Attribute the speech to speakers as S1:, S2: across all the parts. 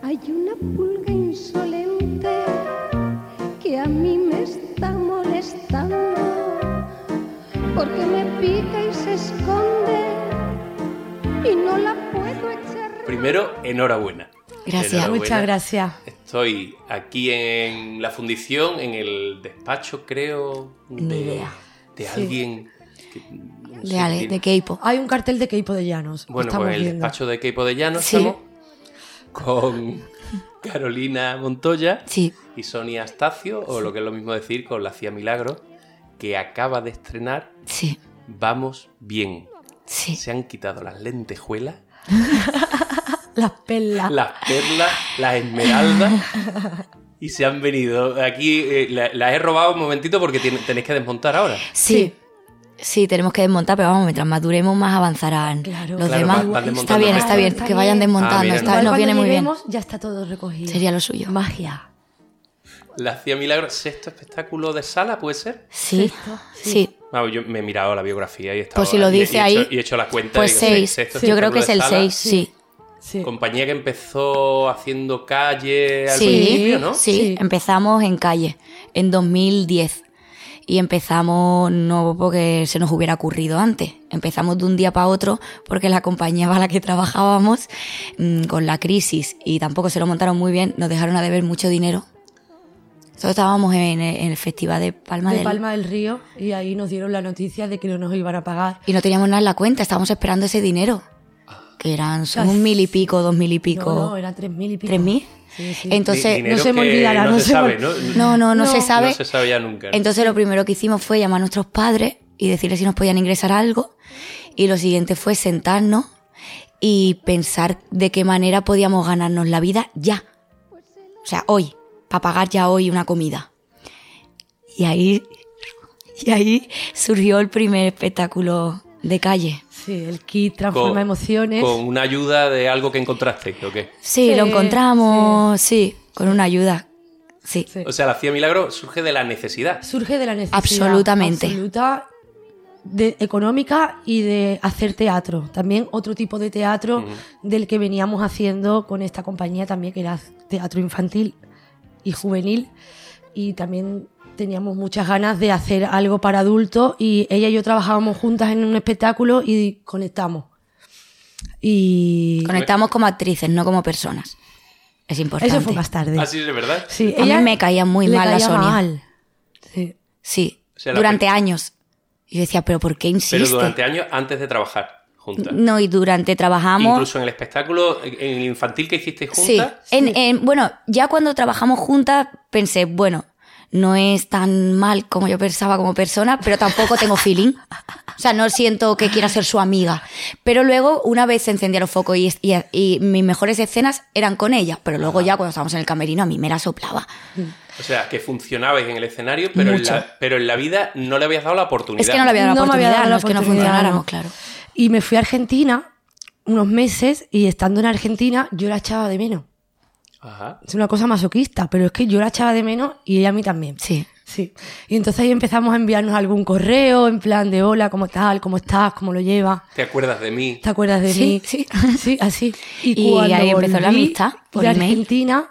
S1: Hay una pulga insolente que a mí me está molestando porque me pica y se esconde y no la puedo echar.
S2: Primero, enhorabuena.
S3: Gracias.
S2: Enhorabuena.
S3: Muchas gracias.
S2: Estoy aquí en la fundición, en el despacho, creo,
S3: Ni
S2: de,
S3: idea.
S2: de
S3: Sí.
S2: alguien. que- no sé,
S3: De, Ale-
S2: tiene-
S3: de Keipo. Hay un cartel de Keipo de Llanos. lo
S2: Bueno,
S3: estamos
S2: pues en el
S3: viendo.
S2: despacho de Keipo de Llano
S3: Sí.
S2: estamos con Carolina Montoya
S3: Sí,
S2: y Sonia Astacio, o lo que es lo mismo decir, con la Cía Milagro, que acaba de estrenar
S3: sí,
S2: Vamos Bien.
S3: sí.
S2: Se han quitado las lentejuelas,
S3: Las perlas.
S2: las
S4: Ah.
S2: perlas, las esmeraldas y se han venido. Aquí eh, la- las he robado un momentito porque tiene- tenéis que desmontar ahora.
S4: Sí. Sí, tenemos que desmontar, pero vamos, mientras más duremos, más avanzarán
S3: Claro.
S4: los
S2: Claro,
S4: demás.
S2: van- van
S4: está
S2: desmontando
S4: bien,
S2: cosas.
S4: está bien,
S3: Está
S4: que vayan
S3: bien.
S4: desmontando,
S2: Ah, mira,
S4: está-
S2: no.
S3: Igual
S4: nos
S3: cuando
S4: viene muy bien.
S3: lleguemos, Ya está todo recogido.
S4: Sería lo suyo.
S3: magia.
S2: La Cía Milagro, sexto espectáculo de sala, ¿puede ser?
S4: Sí, sí.
S2: Ah, yo me he mirado la biografía y estaba.
S4: Pues si lo
S2: y- y
S4: dice
S2: he hecho-
S4: ahí,
S2: Y he hecho la cuenta.
S4: Pues
S2: y digo, sí,
S4: 6.
S2: sexto
S4: Yo creo
S2: espectáculo
S4: que es
S2: de
S4: el
S2: sala.
S4: 6, sí.
S3: Sí.
S2: Compañía que empezó haciendo calle al
S4: Sí,
S2: principio, ¿no?
S4: sí,
S3: Sí.
S4: empezamos en calle, en 2010. Y empezamos no porque se nos hubiera ocurrido antes, empezamos de un día para otro porque la compañía para la que trabajábamos mm, con la crisis y tampoco se lo montaron muy bien, nos dejaron a deber mucho dinero. Nosotros estábamos en el, en el Festival de Palma
S3: de
S4: del
S3: Palma del Río y ahí nos dieron la noticia de que no nos iban a pagar.
S4: y no teníamos nada en la cuenta, estábamos esperando ese dinero, que eran son un mil y pico, dos mil y pico,
S3: No, no, eran tres mil y pico.
S4: tres mil.
S3: Sí, sí.
S2: Di-
S4: Entonces,
S2: dinero
S3: no se me
S2: que
S3: olvidará,
S2: No,
S3: no
S2: se,
S3: se me
S2: sabe,
S3: ol-
S2: ¿no?
S4: no, no, no,
S3: No.
S4: se sabe.
S2: No se sabe ya nunca. ¿no?
S4: Entonces lo primero que hicimos fue llamar a nuestros padres y decirles si nos podían ingresar algo. Y lo siguiente fue sentarnos y pensar de qué manera podíamos ganarnos la vida ya. O sea, hoy, para pagar ya hoy una comida. Y ahí, y ahí surgió el primer espectáculo de calle.
S3: Sí, el kit transforma
S2: Con-
S3: emociones.
S2: Con una ayuda de algo que encontraste, ¿o qué?
S4: Sí,
S3: Sí,
S4: lo encontramos, sí, con una ayuda. Sí.
S3: Sí.
S2: O sea, la Cía Milagro surge de la necesidad.
S3: Surge de la necesidad
S4: Absolutamente.
S3: absoluta de- económica y de hacer teatro. También otro tipo de teatro del que veníamos haciendo con esta compañía también, que era teatro infantil y juvenil. Y también teníamos muchas ganas de hacer algo para adultos y ella y yo trabajábamos juntas en un espectáculo y conectamos. Y
S4: Conectamos como actrices, no como personas. Es importante.
S3: eso fue más tarde.
S2: Así Ah, es verdad.
S3: Sí,
S4: A mí me caía muy
S3: le
S4: mal la
S3: caía
S4: Sonia.
S3: mal. Sí.
S4: Sí,
S2: O sea, la
S4: durante
S2: pe-
S4: años. Y yo decía, pero ¿por qué insiste?
S2: Pero durante años antes de trabajar juntas.
S4: No, y durante trabajamos...
S2: Incluso en el espectáculo, en el infantil que hicisteis
S4: sí,
S2: juntas.
S4: en- en- bueno, ya cuando trabajamos juntas pensé, bueno, no es tan mal como yo pensaba como persona, pero tampoco tengo feeling. O sea, no siento que quiera ser su amiga. Pero luego, una vez se encendieron focos y, y- y mis mejores escenas eran con ella. Pero luego ya cuando estábamos en el camerino, a mí me la soplaba.
S2: O sea, que funcionabais en el escenario, pero en,
S4: Mucho.
S2: la, pero en la vida no le habías dado la oportunidad.
S4: Es que no le había dado la
S3: me
S4: oportunidad,
S3: había dado
S4: no
S3: la
S4: es que no
S3: oportunidad,
S4: funcionáramos,
S3: no.
S4: claro.
S3: Y me fui a Argentina unos meses y estando en Argentina yo la echaba de menos.
S2: Ajá.
S3: Es una cosa masoquista, pero es que yo la echaba de menos y ella a mí también.
S4: Sí.
S3: Sí. Y entonces ahí empezamos a enviarnos algún correo en plan de hola, ¿cómo tal? ¿Cómo estás? ¿Cómo lo llevas?
S2: ¿Te acuerdas de mí?
S3: ¿Te acuerdas de
S4: Sí,
S3: mí?
S4: sí.
S3: Sí, así.
S4: Y
S3: cuando
S4: ahí empezó la
S3: volví
S4: amistad por
S3: de
S4: email.
S3: Argentina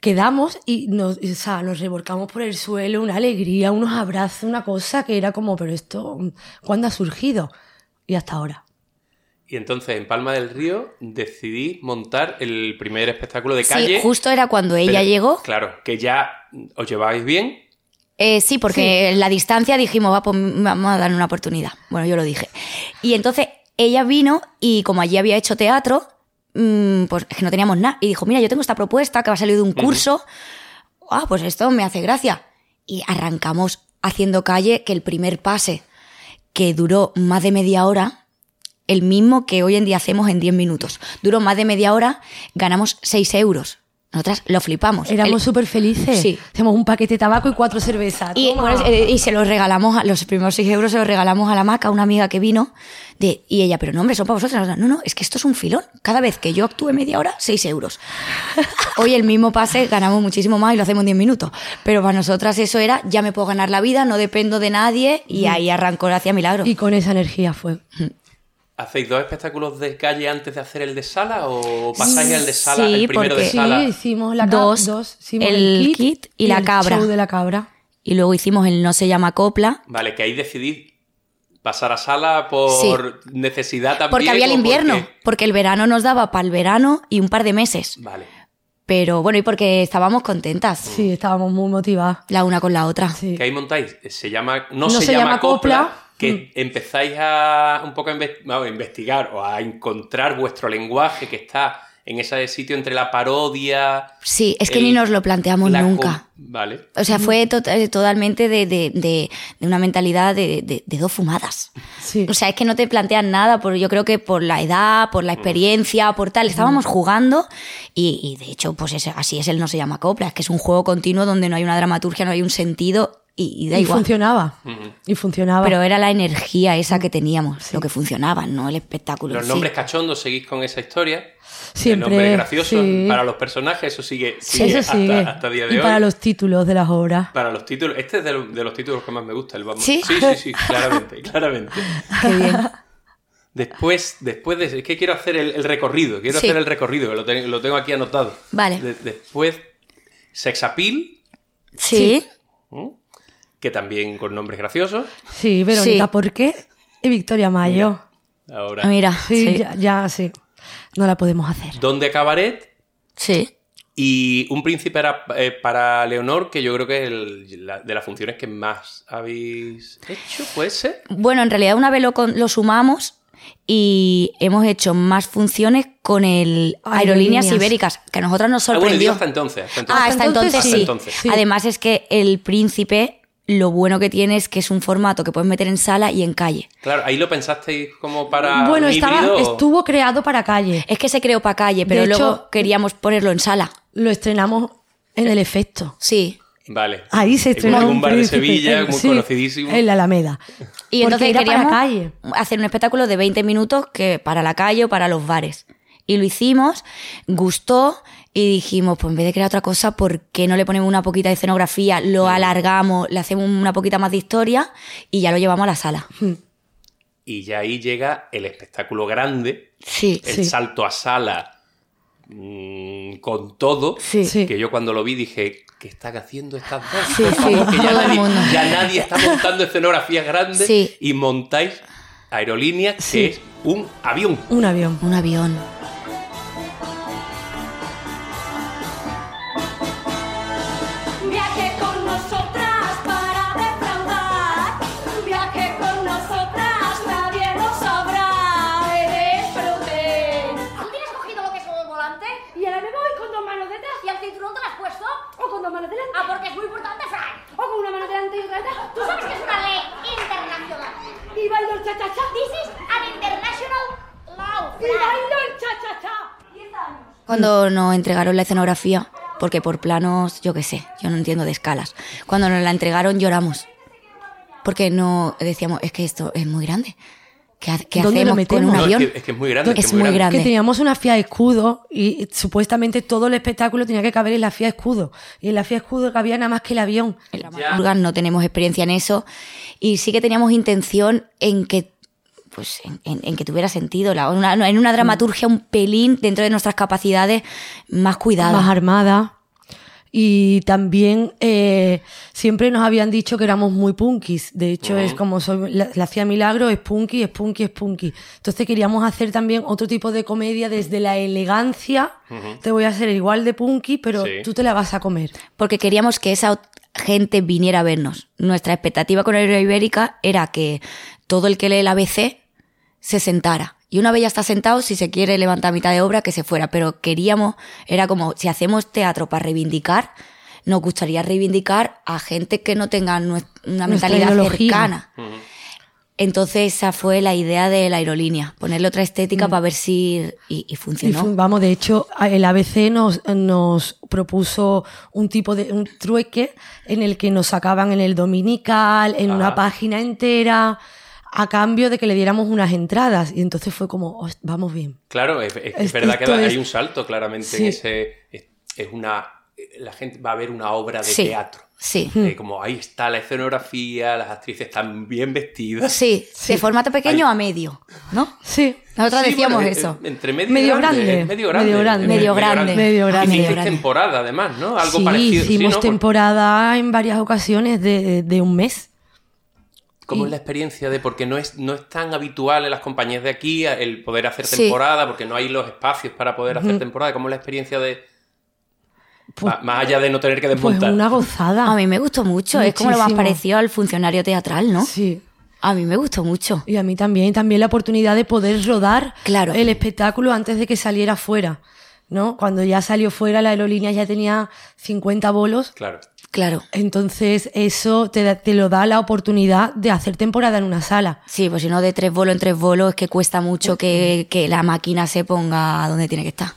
S3: quedamos y nos, o sea, nos revolcamos por el suelo, una alegría, unos abrazos, una cosa que era como, pero esto, ¿cuándo ha surgido? Y hasta ahora.
S2: Y entonces en Palma del Río decidí montar el primer espectáculo de calle.
S4: Sí, justo era cuando
S2: pero-
S4: ella llegó.
S2: Claro, que ya os lleváis bien.
S4: Eh, sí, porque en la distancia dijimos, va, pues vamos a darle una oportunidad. Bueno, yo lo dije. Y entonces ella vino y como allí había hecho teatro, mm, pues es que no teníamos nada. Y dijo, mira, yo tengo esta propuesta que va a salir de un curso. Ah, pues esto me hace gracia. Y arrancamos haciendo calle que el primer pase, que duró más de media hora, el mismo que hoy en día hacemos en 10 minutos. Duró más de media hora, ganamos 6 euros. Nosotras lo flipamos.
S3: Éramos
S4: El-
S3: súper felices.
S4: Sí.
S3: Hacemos un paquete de tabaco y cuatro cervezas.
S4: y,
S3: Toma.
S4: bueno, eh, y se los regalamos, a, los primeros 6 euros se los regalamos a la maca, una amiga que vino, de, y ella, pero no, hombre, son para vosotros. Nosotras, No, no, es que esto es un filón. Cada vez que yo actúe media hora, 6 euros. Hoy el mismo pase ganamos muchísimo más y lo hacemos en 10 minutos. Pero para nosotras eso era, ya me puedo ganar la vida, no dependo de nadie, y ahí arrancó hacia milagro.
S3: Y con esa energía fue.
S4: Mm.
S2: ¿Hacéis dos espectáculos de calle antes de hacer el de sala o pasáis al de sala,
S4: sí,
S2: el primero de
S4: porque-
S3: Sí,
S2: sala?
S3: hicimos la ca-
S4: Dos,
S3: hicimos
S4: el kit y la
S3: el
S4: cabra.
S3: show de la cabra.
S4: Y luego hicimos el No se llama copla,
S2: Vale, que ahí decidís pasar a sala por necesidad también.
S4: Porque había el
S2: o
S4: invierno, porque...
S2: porque-
S4: el verano nos daba para el verano y un par de meses.
S2: Vale.
S4: Pero bueno, y porque estábamos contentas,
S3: Sí, estábamos muy motivadas.
S4: la una con la otra.
S3: Sí.
S2: Que ahí montáis, Eh, se llama, no, se, llama, copla, que
S4: Mm.
S2: empezáis a un poco a, inves- vamos, a investigar o a encontrar vuestro lenguaje que está en ese sitio entre la parodia.
S4: Sí, es que
S2: el-
S4: ni nos lo planteamos
S2: la com-
S4: nunca.
S2: Vale.
S4: O sea, fue to- eh, totalmente de, de- de- de una mentalidad de, de- de dos fumadas.
S3: Sí.
S4: O sea, es que no te plantean nada, por, yo creo que por la edad, por la
S2: Mm.
S4: experiencia, por tal. Estábamos jugando y, y, de hecho, pues ese- así es el no se llama copla, es que es un juego continuo donde no hay una dramaturgia, no hay un sentido y, y da
S3: y
S4: igual.
S3: funcionaba. Mm. Y funcionaba.
S4: Pero era la energía esa que teníamos, lo que funcionaba, no el espectáculo.
S2: Los
S4: en sí.
S2: nombres cachondos, seguís con esa historia.
S3: Siempre,
S2: El nombre gracioso
S3: sí.
S2: para los personajes, eso sigue,
S3: Sí,
S2: sigue
S3: eso
S2: hasta,
S3: sigue.
S2: hasta día de
S3: y
S2: hoy.
S3: para los títulos de las obras.
S2: Para los títulos, este es de, lo- de los títulos que más me gusta, el vamos.
S4: ¿Sí?
S2: sí, sí, sí, claramente, claramente.
S4: Qué bien.
S2: Después, después de. Es que quiero hacer el, el recorrido. Quiero
S4: Sí.
S2: hacer el recorrido, que lo, ten- lo tengo aquí anotado.
S4: Vale.
S2: De- después, Sexapil,
S4: Sí,
S2: que también con nombres graciosos.
S3: Sí, Verónica,
S4: Sí.
S3: ¿por qué? Y Victoria Mayo.
S2: Ahora.
S4: Ah, mira,
S3: Sí,
S4: sí,
S3: Ya, ya, sí. No la podemos hacer.
S2: Donde Cabaret
S4: sí.
S2: y Un Príncipe era, eh, para Leonor, que yo creo que es el- la- de las funciones que más habéis hecho, puede ser.
S4: Bueno, en realidad una vez lo, con- lo sumamos y hemos hecho más funciones con el
S3: Aerolíneas.
S4: Aerolíneas Ibéricas, que a nosotras nos
S2: Ah, bueno, digo
S4: sorprendió.
S2: hasta entonces. hasta entonces.
S4: Ah, hasta entonces,
S2: Hasta
S4: sí.
S2: entonces.
S3: Sí.
S4: Además es que el príncipe, lo bueno que tiene es que es un formato que puedes meter en sala y en calle.
S2: Claro, ahí lo pensasteis como para.
S3: bueno,
S2: un
S3: estaba,
S2: híbrido o-
S3: estuvo creado para calle.
S4: Es que se creó para calle, pero
S3: De hecho-
S4: luego queríamos ponerlo en sala.
S3: Lo estrenamos en el efecto.
S4: Sí.
S2: Vale.
S3: Ahí se
S2: En
S3: estrenó.
S2: un bar de
S3: príncipe,
S2: Sevilla,
S3: en-
S2: muy
S3: sí,
S2: conocidísimo.
S3: En la Alameda.
S4: Y
S3: Porque
S4: entonces
S3: era
S4: queríamos
S3: para calle.
S4: hacer un espectáculo de 20 minutos que para la calle o para los bares. Y lo hicimos, gustó y dijimos, pues en vez de crear otra cosa, ¿por qué no le ponemos una poquita de escenografía, lo alargamos, le hacemos una poquita más de historia y ya lo llevamos a la sala?
S2: Y ya ahí llega el espectáculo grande,
S4: Sí.
S2: el
S3: Sí.
S2: salto a sala mm, con todo.
S3: Sí. Sí.
S2: Que yo cuando lo vi dije, ¿qué están haciendo estas dos?
S4: Sí,
S2: Por
S4: sí,
S2: favor, que ya
S4: todo el
S2: nadie,
S4: mundo.
S2: ya nadie está montando escenografías grandes
S4: Sí.
S2: y montáis aerolíneas,
S3: Sí.
S2: que es un avión.
S3: Un avión.
S4: Un avión.
S5: Viaje con nosotras para defraudar. Viaje con nosotras, nadie nos sabrá. Eres protein. ¿Tú tienes cogido lo que es el volante?
S1: Y ahora me voy con dos manos detrás
S5: ¿Y al cinturón te lo has puesto?
S1: o con dos manos delante
S5: Ah, porque es muy importante, Frank.
S1: o con una mano delante y otra detrás.
S5: Tú sabes que es una ley internacional.
S1: Y bailo el cha-cha-cha.
S5: This is an international law.
S1: Y bailo el cha-cha-cha.
S4: Cuando nos entregaron la escenografía, porque por planos, yo qué sé, yo no entiendo de escalas. Cuando nos la entregaron lloramos. Porque no decíamos, es que esto es muy grande. ¿Qué, ha- qué
S3: ¿Dónde lo
S4: hacemos con
S3: metemos?
S4: un
S2: No, es
S4: avión?
S2: que- es que es muy grande, es que
S4: Es muy grande.
S3: Que teníamos una FIA escudo y supuestamente todo el espectáculo tenía que caber en la FIA escudo. Y en la FIA escudo cabía nada más que el avión.
S4: En la dramaturga no tenemos experiencia en eso y sí que teníamos intención en que pues en, en- en que tuviera sentido la- una- en una dramaturgia un pelín dentro de nuestras capacidades más cuidado
S3: Más armada. Y también eh, siempre nos habían dicho que éramos muy punkis. De hecho, es como soy, la, la hacía Milagro es punky, es punky, es punky. Entonces queríamos hacer también otro tipo de comedia desde la elegancia. Te voy a hacer igual de punky, pero
S2: Sí.
S3: tú te la vas a comer.
S4: porque queríamos que esa ot- gente viniera a vernos nuestra expectativa con Aeroibérica era que todo el que lee el ABC se sentara y una vez ya está sentado si se quiere levantar a mitad de obra que se fuera pero queríamos era como si hacemos teatro para reivindicar nos gustaría reivindicar a gente que no tenga nue- una
S3: Nuestra
S4: mentalidad
S3: ideología.
S4: cercana Entonces esa fue la idea de la aerolínea, ponerle otra estética para ver si... Y, y
S3: Mm. Y
S4: funcionó.
S3: fu- vamos, de hecho, a- el ABC nos, nos propuso un tipo de un trueque en el que nos sacaban en el Dominical, en
S2: Ajá.
S3: una página entera, a cambio de que le diéramos unas entradas. Y entonces fue como, "Host- vamos bien.
S2: Claro, es, es- es
S3: Es-
S2: verdad que
S3: esto
S2: da-
S3: es-
S2: hay un salto claramente en
S3: Sí.
S2: ese. Es, es una. La gente va a ver una obra de
S4: Sí.
S2: teatro.
S4: Sí.
S2: Eh, como ahí está la escenografía, las actrices están bien vestidas.
S4: Sí, de formato pequeño a medio, ¿no?
S3: Sí.
S4: Nosotros
S2: Sí,
S4: decíamos
S2: bueno, eh,
S4: eso.
S2: eh, Entre medio,
S3: Medio
S2: y
S3: grande,
S2: eh, Medio grande.
S3: medio grande.
S2: eh,
S4: Medio grande.
S3: Medio grande.
S2: Hicisteis
S4: Medio grande.
S2: temporada, además, ¿no? Algo
S3: Sí,
S2: parecido. sí,
S3: hicimos
S2: ¿no? Por-
S3: temporada en varias ocasiones de, de un mes.
S2: ¿Cómo es la experiencia de.? Porque no es, no es tan habitual en las compañías de aquí el poder hacer
S4: Sí.
S2: temporada, porque no hay los espacios para poder hacer temporada. ¿Cómo es la experiencia de.?
S3: Pues-
S2: Ma- más allá de no tener que
S3: Pues
S2: desmontar.
S3: una gozada.
S4: A mí me gustó mucho, es como lo más
S3: Muchísimo.
S4: parecido al funcionario teatral, ¿no?
S3: Sí.
S4: A mí me gustó mucho.
S3: Y a mí también, y también la oportunidad de poder rodar
S4: Claro.
S3: el espectáculo antes de que saliera fuera. ¿no? Cuando ya salió fuera, la aerolínea ya tenía 50 bolos.
S2: Claro.
S4: Claro.
S3: Entonces, eso te, da- te lo da la oportunidad de hacer temporada en una sala.
S4: Sí, pues si no de tres bolos en tres bolos es que cuesta mucho que, que la máquina se ponga donde tiene que estar.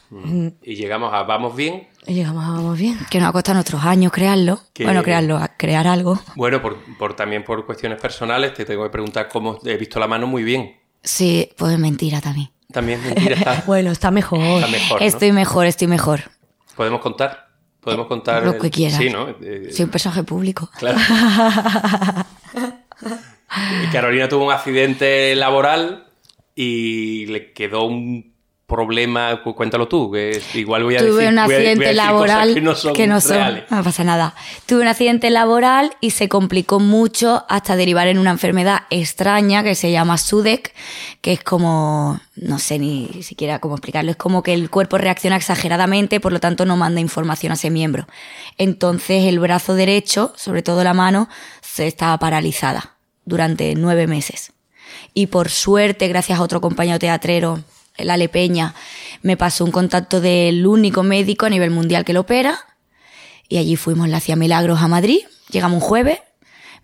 S2: Y llegamos a Vamos Bien.
S3: Y llegamos, vamos bien.
S4: Que nos ha costado nuestros años crearlo.
S2: Que-
S4: Bueno, crearlo, a- crear algo.
S2: Bueno, por, por- también por cuestiones personales, te tengo que preguntar cómo he visto la mano muy bien.
S4: Sí, pues es mentira también.
S2: También es mentira, está,
S3: Bueno, está mejor.
S2: está mejor. ¿no?
S4: estoy mejor, estoy mejor.
S2: Podemos contar. Podemos contar.
S4: Lo que
S2: el-
S4: quieras.
S2: Sí, ¿no? Eh,
S4: Soy un personaje público.
S2: Claro. Eh, Carolina tuvo un accidente laboral y le quedó un problema. cu- Cuéntalo tú, que es- igual voy a
S4: Tuve
S2: decir.
S4: un
S2: voy a- voy a
S4: accidente
S2: decir cosas
S4: laboral
S2: que no son. reales.
S4: no pasa nada. Tuve un accidente laboral y se complicó mucho hasta derivar en una enfermedad extraña que se llama SUDEC, que es como, no sé ni siquiera cómo explicarlo, es como que el cuerpo reacciona exageradamente, por lo tanto no manda información a ese miembro. Entonces el brazo derecho, sobre todo la mano, se estaba paralizada durante nueve meses. Y por suerte, gracias a otro compañero teatrero, el Ale Peña, me pasó un contacto del único médico a nivel mundial que lo opera. Y allí fuimos, le hacía milagros a Madrid. Llegamos un jueves,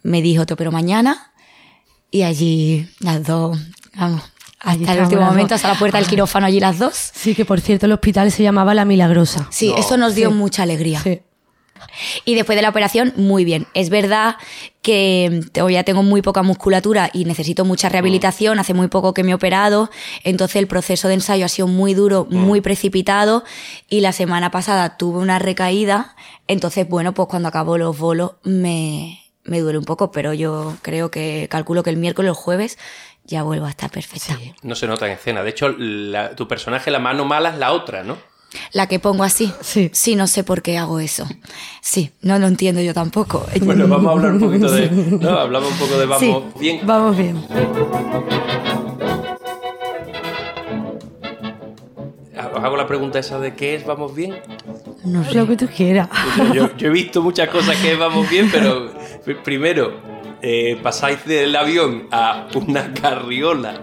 S4: me dijo te opero mañana. Y allí las dos, vamos,
S3: Allí
S4: hasta
S3: estábamos
S4: el último
S3: las dos. Ah.
S4: momento, hasta la puerta del quirófano, allí las dos.
S3: Sí, que por cierto, el hospital se llamaba La Milagrosa.
S4: Sí,
S2: No.
S4: eso nos dio mucha alegría.
S3: Sí.
S4: Y después de la operación, muy bien. Es verdad que em, todavía tengo muy poca musculatura y necesito mucha
S2: Mm.
S4: rehabilitación. Hace muy poco que me he operado. Entonces el proceso de ensayo ha sido muy duro,
S2: Mm.
S4: muy precipitado. Y la semana pasada tuve una recaída. Entonces, bueno, pues cuando acabo los bolos me, me duele un poco. Pero yo creo que calculo que el miércoles o el jueves ya vuelvo a estar perfecta.
S2: No se nota en escena. De hecho, la- tu personaje, la mano mala, es la otra, ¿no?
S4: La que pongo así.
S3: Sí.
S4: Sí, no sé por qué hago eso. Sí, no lo entiendo yo tampoco.
S2: Bueno, Pues vamos a hablar un poquito de. No, hablamos un poco de Vamos Bien.
S3: Vamos bien.
S2: Os hago la pregunta esa de qué es Vamos Bien.
S4: No
S3: Lo que tú quieras.
S2: Yo, yo- yo he visto muchas cosas que vamos bien, pero pr- primero eh, pasáis del avión a una carriola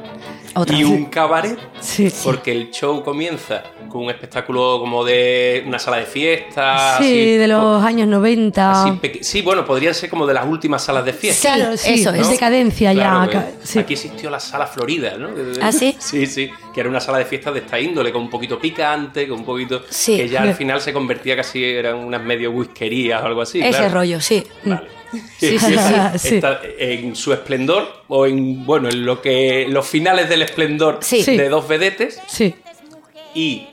S4: Otra.
S2: y un cabaret,
S3: Sí.
S2: porque el show comienza con un espectáculo como de una sala de fiestas.
S3: sí,
S2: así,
S3: de los
S2: co-
S3: años 90.
S2: Ah, así peque- sí, bueno, podrían ser como de las últimas salas de fiesta.
S3: Claro, sí,
S4: Eso
S3: es
S4: es.
S3: decadencia
S2: Claro,
S3: ya.
S2: que
S3: ca- sí.
S2: Aquí existió la sala Florida, ¿no?
S4: ¿Ah, sí?
S2: Sí, sí, que era una sala de fiestas de esta índole, con un poquito picante, con un poquito...
S4: Sí.
S2: Que ya al final se convertía casi eran unas medio whiskerías o algo así.
S4: Ese
S2: claro.
S4: rollo, sí.
S2: Vale.
S4: Sí, sí,
S3: sí. Sí.
S2: Está en su esplendor o en bueno, en lo que los finales del esplendor
S4: Sí.
S3: Sí.
S2: de dos vedetes
S3: Sí.
S2: y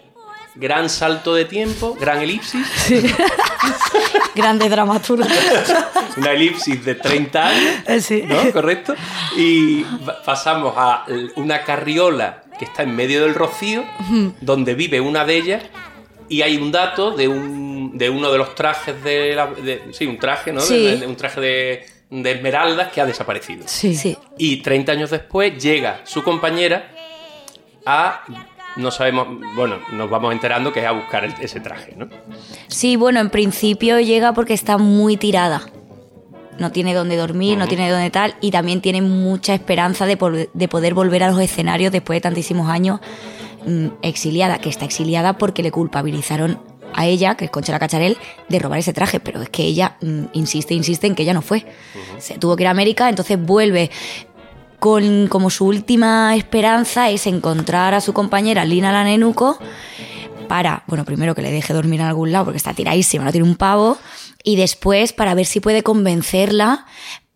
S2: gran salto de tiempo, gran elipsis,
S4: Grande dramaturgo.
S2: una elipsis de 30 años,
S3: Eh, sí.
S2: ¿no? Correcto. Y va- pasamos a l- una carriola que está en medio del rocío, donde vive una de ellas y hay un dato de un de uno de los trajes de, la- de- sí, un traje, ¿no? De-
S4: Sí.
S2: de- de un traje de de esmeraldas que ha desaparecido.
S3: Sí.
S4: Sí.
S2: Y 30 años después llega su compañera a. No sabemos. Bueno, nos vamos enterando que es a buscar el- ese traje, ¿no?
S4: Sí, bueno, en principio llega porque está muy tirada. No tiene dónde dormir, no tiene dónde tal, y también tiene mucha esperanza de, pol- de poder volver a los escenarios después de tantísimos años mm, exiliada, que está exiliada porque le culpabilizaron a ella, que es Conchela Cacharel, de robar ese traje, pero es que ella mm, insiste, insiste en que ella no fue. Se tuvo que ir a América, entonces vuelve con como su última esperanza es encontrar a su compañera Lina Lanenuco para, bueno, primero que le deje dormir en algún lado porque está tiradísima, no tiene un pavo, y después para ver si puede convencerla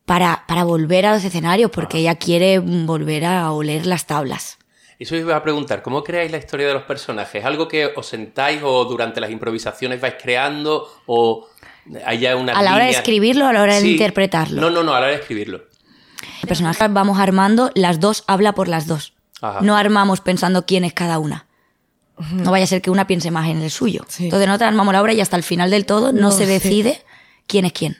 S4: para, para volver a los escenarios porque ella quiere volver a oler las tablas.
S2: Eso os iba a preguntar, ¿cómo creáis la historia de los personajes? ¿Algo que os sentáis o durante las improvisaciones vais creando o haya una...
S4: A la hora de escribirlo o a la hora de interpretarlo.
S2: No, no, no, a la hora de escribirlo.
S4: El personaje vamos armando, las dos habla por las dos.
S2: Ajá.
S4: No armamos pensando quién es cada una. No vaya a ser que una piense más en el suyo.
S3: Sí.
S4: Entonces nosotros armamos la obra y hasta el final del todo no,
S3: No, sí.
S4: se decide quién es quién.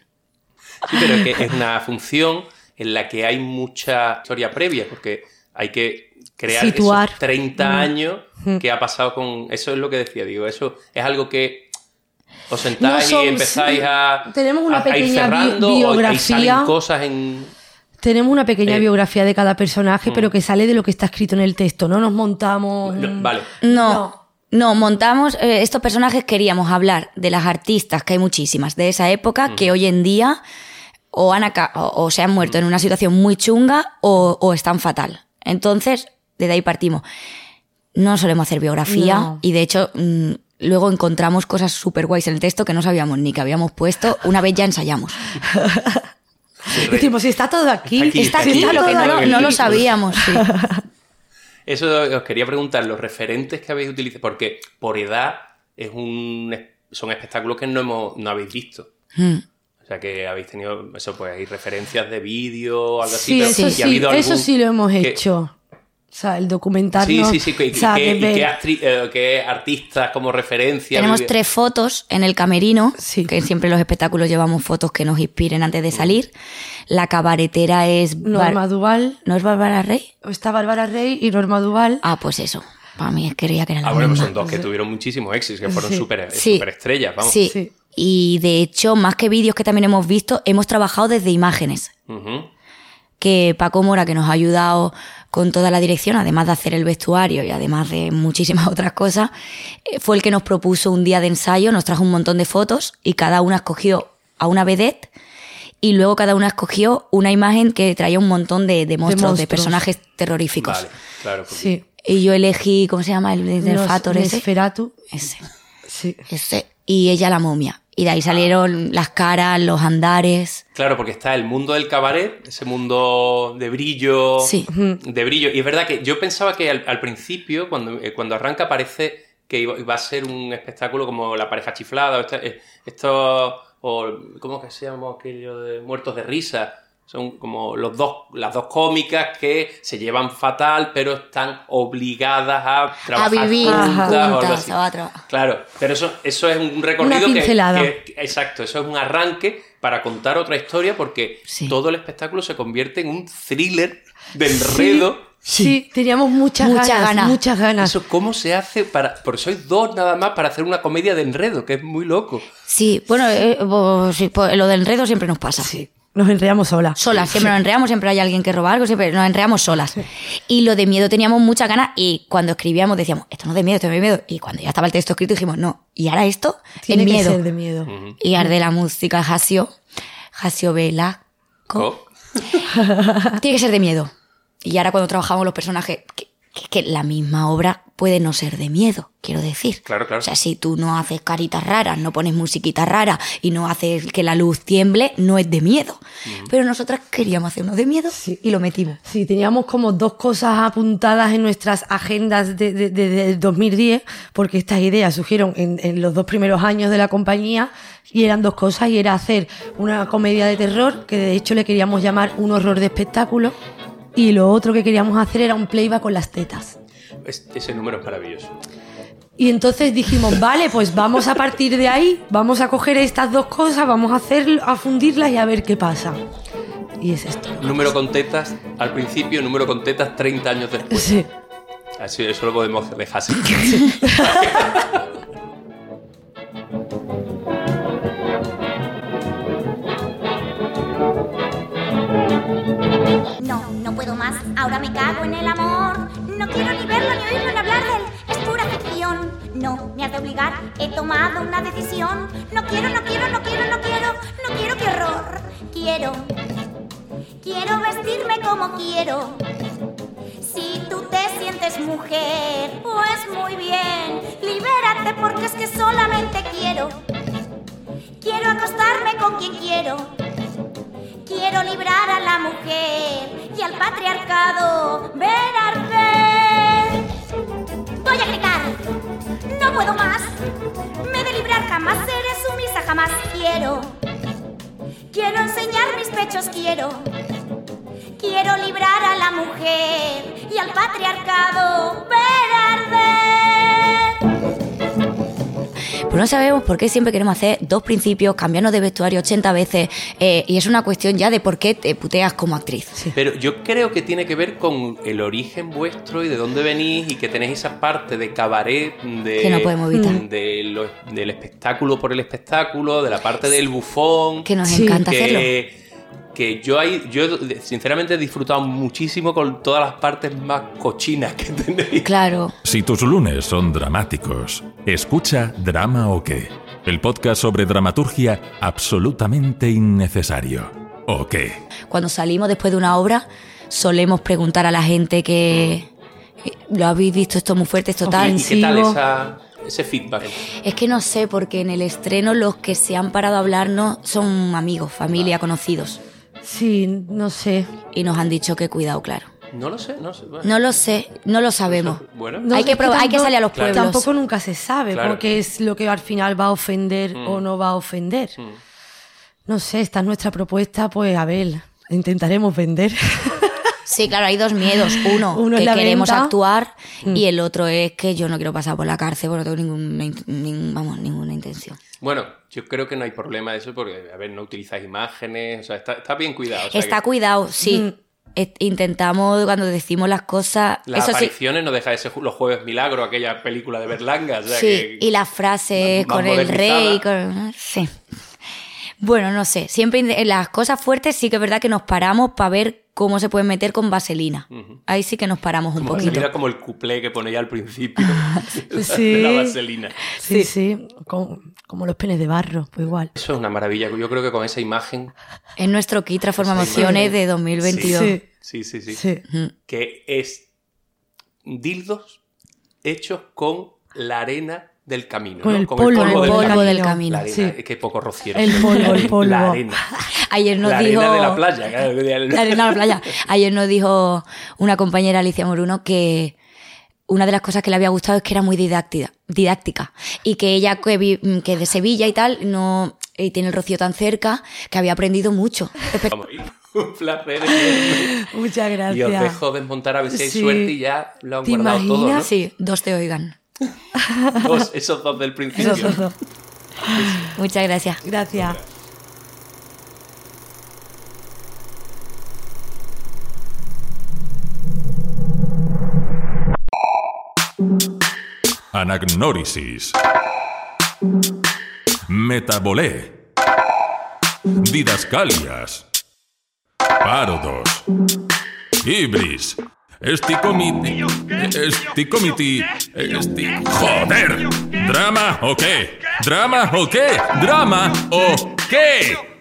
S2: Sí, pero es que es una función en la que hay mucha historia previa, porque hay que crear
S3: Situar.
S2: esos 30 años que ha pasado con... Eso es lo que decía, digo, eso es algo que os sentáis
S3: No son-
S2: y empezáis a...
S3: Tenemos una
S2: a- a ir
S3: pequeña bi-
S2: cerrando, o- y salen
S3: biografía.
S2: cosas en...
S3: Tenemos una pequeña
S2: Eh. mm.
S3: biografía de cada personaje, pero que sale de lo que está escrito en el texto. No nos montamos.
S2: No,
S4: Pues,
S3: un-
S2: vale.
S4: No.
S3: No.
S4: No. montamos, eh, estos personajes queríamos hablar de las artistas, que hay muchísimas, de esa época, que hoy en día o, han aca- o, o se han muerto en una situación muy chunga o, o están fatal. Entonces, desde ahí partimos. No solemos hacer biografía
S3: No.
S4: y de hecho mm, luego encontramos cosas súper guays en el texto que no sabíamos ni que habíamos puesto una vez ya ensayamos.
S3: Decimos, pues, si está todo aquí.
S2: Aquí,
S4: Está
S2: está
S4: aquí,
S2: aquí,
S4: lo que no,
S2: está
S4: lo-
S2: aquí.
S4: no lo sabíamos. sí.
S2: Eso os quería preguntar, los referentes que habéis utilizado, porque por edad es un, son espectáculos que no, hemos, no habéis visto.
S3: Hmm.
S4: Mm.
S2: O sea que habéis tenido, eso pues hay referencias de vídeo, algo así.
S3: Sí,
S2: pero-
S3: eso
S2: y ha
S3: sí,
S2: habido
S3: eso
S2: algún
S3: sí lo hemos
S2: que-
S3: hecho. O sea, el documentarnos.
S2: Sí, sí, sí. que-
S3: o sea,
S2: que-
S3: que
S2: y
S3: ver-
S2: que actri- eh, que artistas como referencia?
S4: Tenemos
S2: Vivi-
S4: tres fotos en el camerino,
S3: Sí.
S4: que siempre en los espectáculos llevamos fotos que nos inspiren antes
S2: Mm.
S4: de salir. La cabaretera es... Bar-
S3: Norma Duval.
S4: ¿No es Bárbara Rey?
S3: Está Bárbara Rey y Norma Duval.
S4: Ah, pues eso. Para mí creía que era la
S2: Ah, bueno, pues
S4: misma.
S2: son dos que tuvieron muchísimos éxitos, que fueron
S3: Sí.
S2: súper
S4: Sí.
S2: estrellas, vamos.
S4: Sí.
S3: Sí.
S4: Y de hecho, más que vídeos que también hemos visto, hemos trabajado desde imágenes.
S2: Ujú.
S4: Que Paco Mora, que nos ha ayudado con toda la dirección, además de hacer el vestuario y además de muchísimas otras cosas, eh, fue el que nos propuso un día de ensayo, nos trajo un montón de fotos y cada una escogió a una vedette y luego cada una escogió una imagen que traía un montón de, de monstruos, de,
S3: monstruos.
S4: personajes terroríficos.
S2: Vale, claro. porque-
S3: sí.
S4: Y yo elegí, ¿cómo se llama? El del
S3: Nos-
S4: Fator ese.
S3: Nosferatu.
S4: Ese,
S3: Sí.
S4: ese. Y ella la momia. Y de ahí salieron las caras, los andares.
S2: Claro, porque está el mundo del cabaret, ese mundo de brillo.
S4: Sí.
S2: De brillo. Y es verdad que yo pensaba que al, al principio, cuando, eh, cuando arranca, parece que iba, iba a ser un espectáculo como La pareja chiflada, o esta- eh, esto, o ¿cómo que se llama aquello de Muertos de risa? Son como los dos, las dos cómicas que se llevan fatal, pero están obligadas a trabajar
S4: vivir
S2: juntas, o algo
S4: juntas,
S2: así.
S4: a trabajar.
S2: Claro, pero eso, eso es un recorrido
S3: Una
S2: que-
S3: pincelada.
S2: que, que- Exacto, eso es un arranque para contar otra historia porque
S4: Sí.
S2: todo el espectáculo se convierte en un thriller de enredo.
S3: Sí, sí, teníamos muchas,
S4: Muchas
S3: ganas,
S4: ganas.
S3: Muchas ganas.
S2: Eso, ¿cómo se hace para...? Porque sois dos nada más para hacer una comedia de enredo, que es muy loco.
S4: Sí, bueno, eh, bo- sí, pues, lo del enredo siempre nos pasa.
S3: Nos enreamos solas.
S4: Solas, siempre nos enreamos, siempre hay alguien que roba algo, siempre nos enreamos solas. Y lo de miedo teníamos muchas ganas y cuando escribíamos decíamos, esto no es de miedo, esto no es de miedo. Y cuando ya estaba el texto escrito dijimos, no, y ahora esto
S3: Tiene
S4: es
S3: que
S4: miedo.
S3: ser de miedo.
S4: Y arde la música Jasio, Jasio Velasco.
S2: Co-
S4: Tiene que ser de miedo. Y ahora cuando trabajamos los personajes, que, que- que la misma obra puede no ser de miedo, quiero decir.
S2: Claro, claro.
S4: O sea, si tú no haces caritas raras, no pones musiquita rara y no haces que la luz tiemble, no es de miedo. Pero nosotras queríamos hacer uno de miedo
S3: Sí.
S4: y lo metimos.
S3: Sí, teníamos como dos cosas apuntadas en nuestras agendas de- de- de- del 2010, porque estas ideas surgieron en, en los dos primeros años de la compañía y eran dos cosas, y era hacer una comedia de terror, que de hecho le queríamos llamar un horror de espectáculo, y lo otro que queríamos hacer era un playback con las tetas.
S2: es- ese número es maravilloso.
S3: Y entonces dijimos, vale, pues vamos a partir de ahí, vamos a coger estas dos cosas, vamos a, hacer, a fundirlas y a ver qué pasa. Y es esto.
S2: Número con tetas al principio, número con tetas 30 años después.
S3: Sí.
S2: Así, eso lo podemos dejar así.
S6: No, no puedo más. Ahora me cago en el amor. No quiero ni verlo, ni oírlo, ni hablar de él. Es pura ficción. No, me has de obligar. He tomado una decisión. No quiero, no quiero, no quiero, no quiero. No quiero, qué horror. Quiero. Quiero vestirme como quiero. Si tú te sientes mujer, pues muy bien, libérate porque es que solamente quiero. Quiero acostarme con quien quiero. Quiero librar a la mujer y al patriarcado. Ven Arcángel. Voy a gritar. No puedo más. Me he de librar. Jamás seré sumisa. Jamás quiero. Quiero enseñar mis pechos. Quiero. Quiero librar a la mujer y al patriarcado. Ven arder.
S4: Pues no sabemos por qué siempre queremos hacer dos principios, cambiarnos de vestuario 80 veces, eh, y es una cuestión ya de por qué te puteas como actriz.
S2: Pero yo creo que tiene que ver con el origen vuestro y de dónde venís y que tenéis esa parte de cabaret, de,
S4: Que no podemos evitar.
S2: de lo- del espectáculo por el espectáculo, de la parte del bufón.
S4: Que nos
S3: Sí.
S4: encanta hacerlo.
S2: que, que yo, hay, yo sinceramente he disfrutado muchísimo con todas las partes más cochinas que tenéis.
S4: Claro.
S7: Si tus lunes son dramáticos, escucha Drama o qué, el podcast sobre dramaturgia absolutamente innecesario. ¿O qué?
S4: Cuando salimos después de una obra, solemos preguntar a la gente que eh, lo habéis visto esto muy fuerte, esto tal.
S2: ¿Y, y qué tal
S4: Ofensivo.
S2: esa- ese feedback?
S4: Es que no sé, porque en el estreno los que se han parado a hablarnos son amigos, familia, conocidos.
S3: Sí, no sé.
S4: Y nos han dicho que cuidado, claro.
S2: No lo sé, no sé. bueno.
S4: No lo sé, no lo sabemos.
S2: Bueno.
S3: No,
S4: Hay
S3: es
S4: que probar- hay que
S3: tampoco-
S4: salir a los Claro. pueblos.
S3: Pues Tampoco nunca se sabe
S2: Claro. Mm.
S3: porque es lo que al final va a ofender o no va a ofender. No sé, esta es nuestra propuesta, pues a ver, intentaremos vender.
S4: Sí, claro, hay dos miedos. Uno,
S3: Uno es
S4: que
S3: la
S4: queremos
S3: venta. Mm.
S4: actuar y el otro es que yo no quiero pasar por la cárcel porque no tengo ninguna, int- nin- vamos, ninguna intención.
S2: Bueno, yo creo que no hay problema de eso porque, a ver, no utilizáis imágenes, o sea, está, está bien cuidado. o sea,
S4: Está
S2: que
S4: cuidado, sí. Es- Intentamos cuando decimos las cosas...
S2: las
S4: eso sí,
S2: apariciones no deja de ser ju- los Jueves Milagro, aquella película de Berlanga. o sea,
S4: sí.
S2: que-
S4: Y las frases
S2: más
S4: con el rey,
S2: modernizada.
S4: con- Sí. Bueno, no sé. Siempre in- en las cosas fuertes sí que es verdad que nos paramos para ver cómo se pueden meter con vaselina. Ahí sí que nos paramos un
S2: como,
S4: poquito.
S2: mira como el cuplé que pone ya al principio
S3: Sí.
S2: de la vaselina.
S3: Sí, sí, como, como los penes de barro, pues igual.
S2: Eso es una maravilla. Yo creo que con esa imagen.
S4: Es nuestro kit transformaciones de 2022.
S3: Sí.
S2: Sí, sí, sí.
S3: Sí.
S2: Que es dildos hechos con la arena del camino.
S3: Con
S2: ¿no?
S3: el polvo,
S4: Con el
S3: Polvo del
S4: polvo del
S3: camino.
S4: camino.
S2: La arena,
S3: sí.
S2: es que poco rociero.
S3: El polvo, el polvo.
S2: La arena.
S4: Ayer nos
S2: la
S4: dijo...
S2: arena de la playa. claro, que-
S4: La arena de la playa. Ayer nos dijo una compañera Alicia Moruno que una de las cosas que le había gustado es que era muy didáctica, didáctica y que ella que, vi- que de Sevilla y tal no y tiene el Rocío tan cerca que había aprendido mucho. Espe-
S2: Vamos, un placer. enorme.
S3: Muchas gracias.
S2: Y os dejo desmontar a ver si hay
S3: Sí.
S2: suerte y ya lo han
S3: ¿Te
S2: guardado todo, ¿no?
S3: imaginas?
S4: Sí, dos te oigan.
S2: Dos, esos dos del principio.
S3: Eso, eso, eso.
S4: Muchas gracias.
S3: Gracias.
S7: Anagnórisis. Metabolé. Didascalias. Parodos. Ibris. Esticomiti. Esticomiti. Esti... ¡Joder! ¿Drama o qué? ¿Drama o qué? ¿Drama o qué?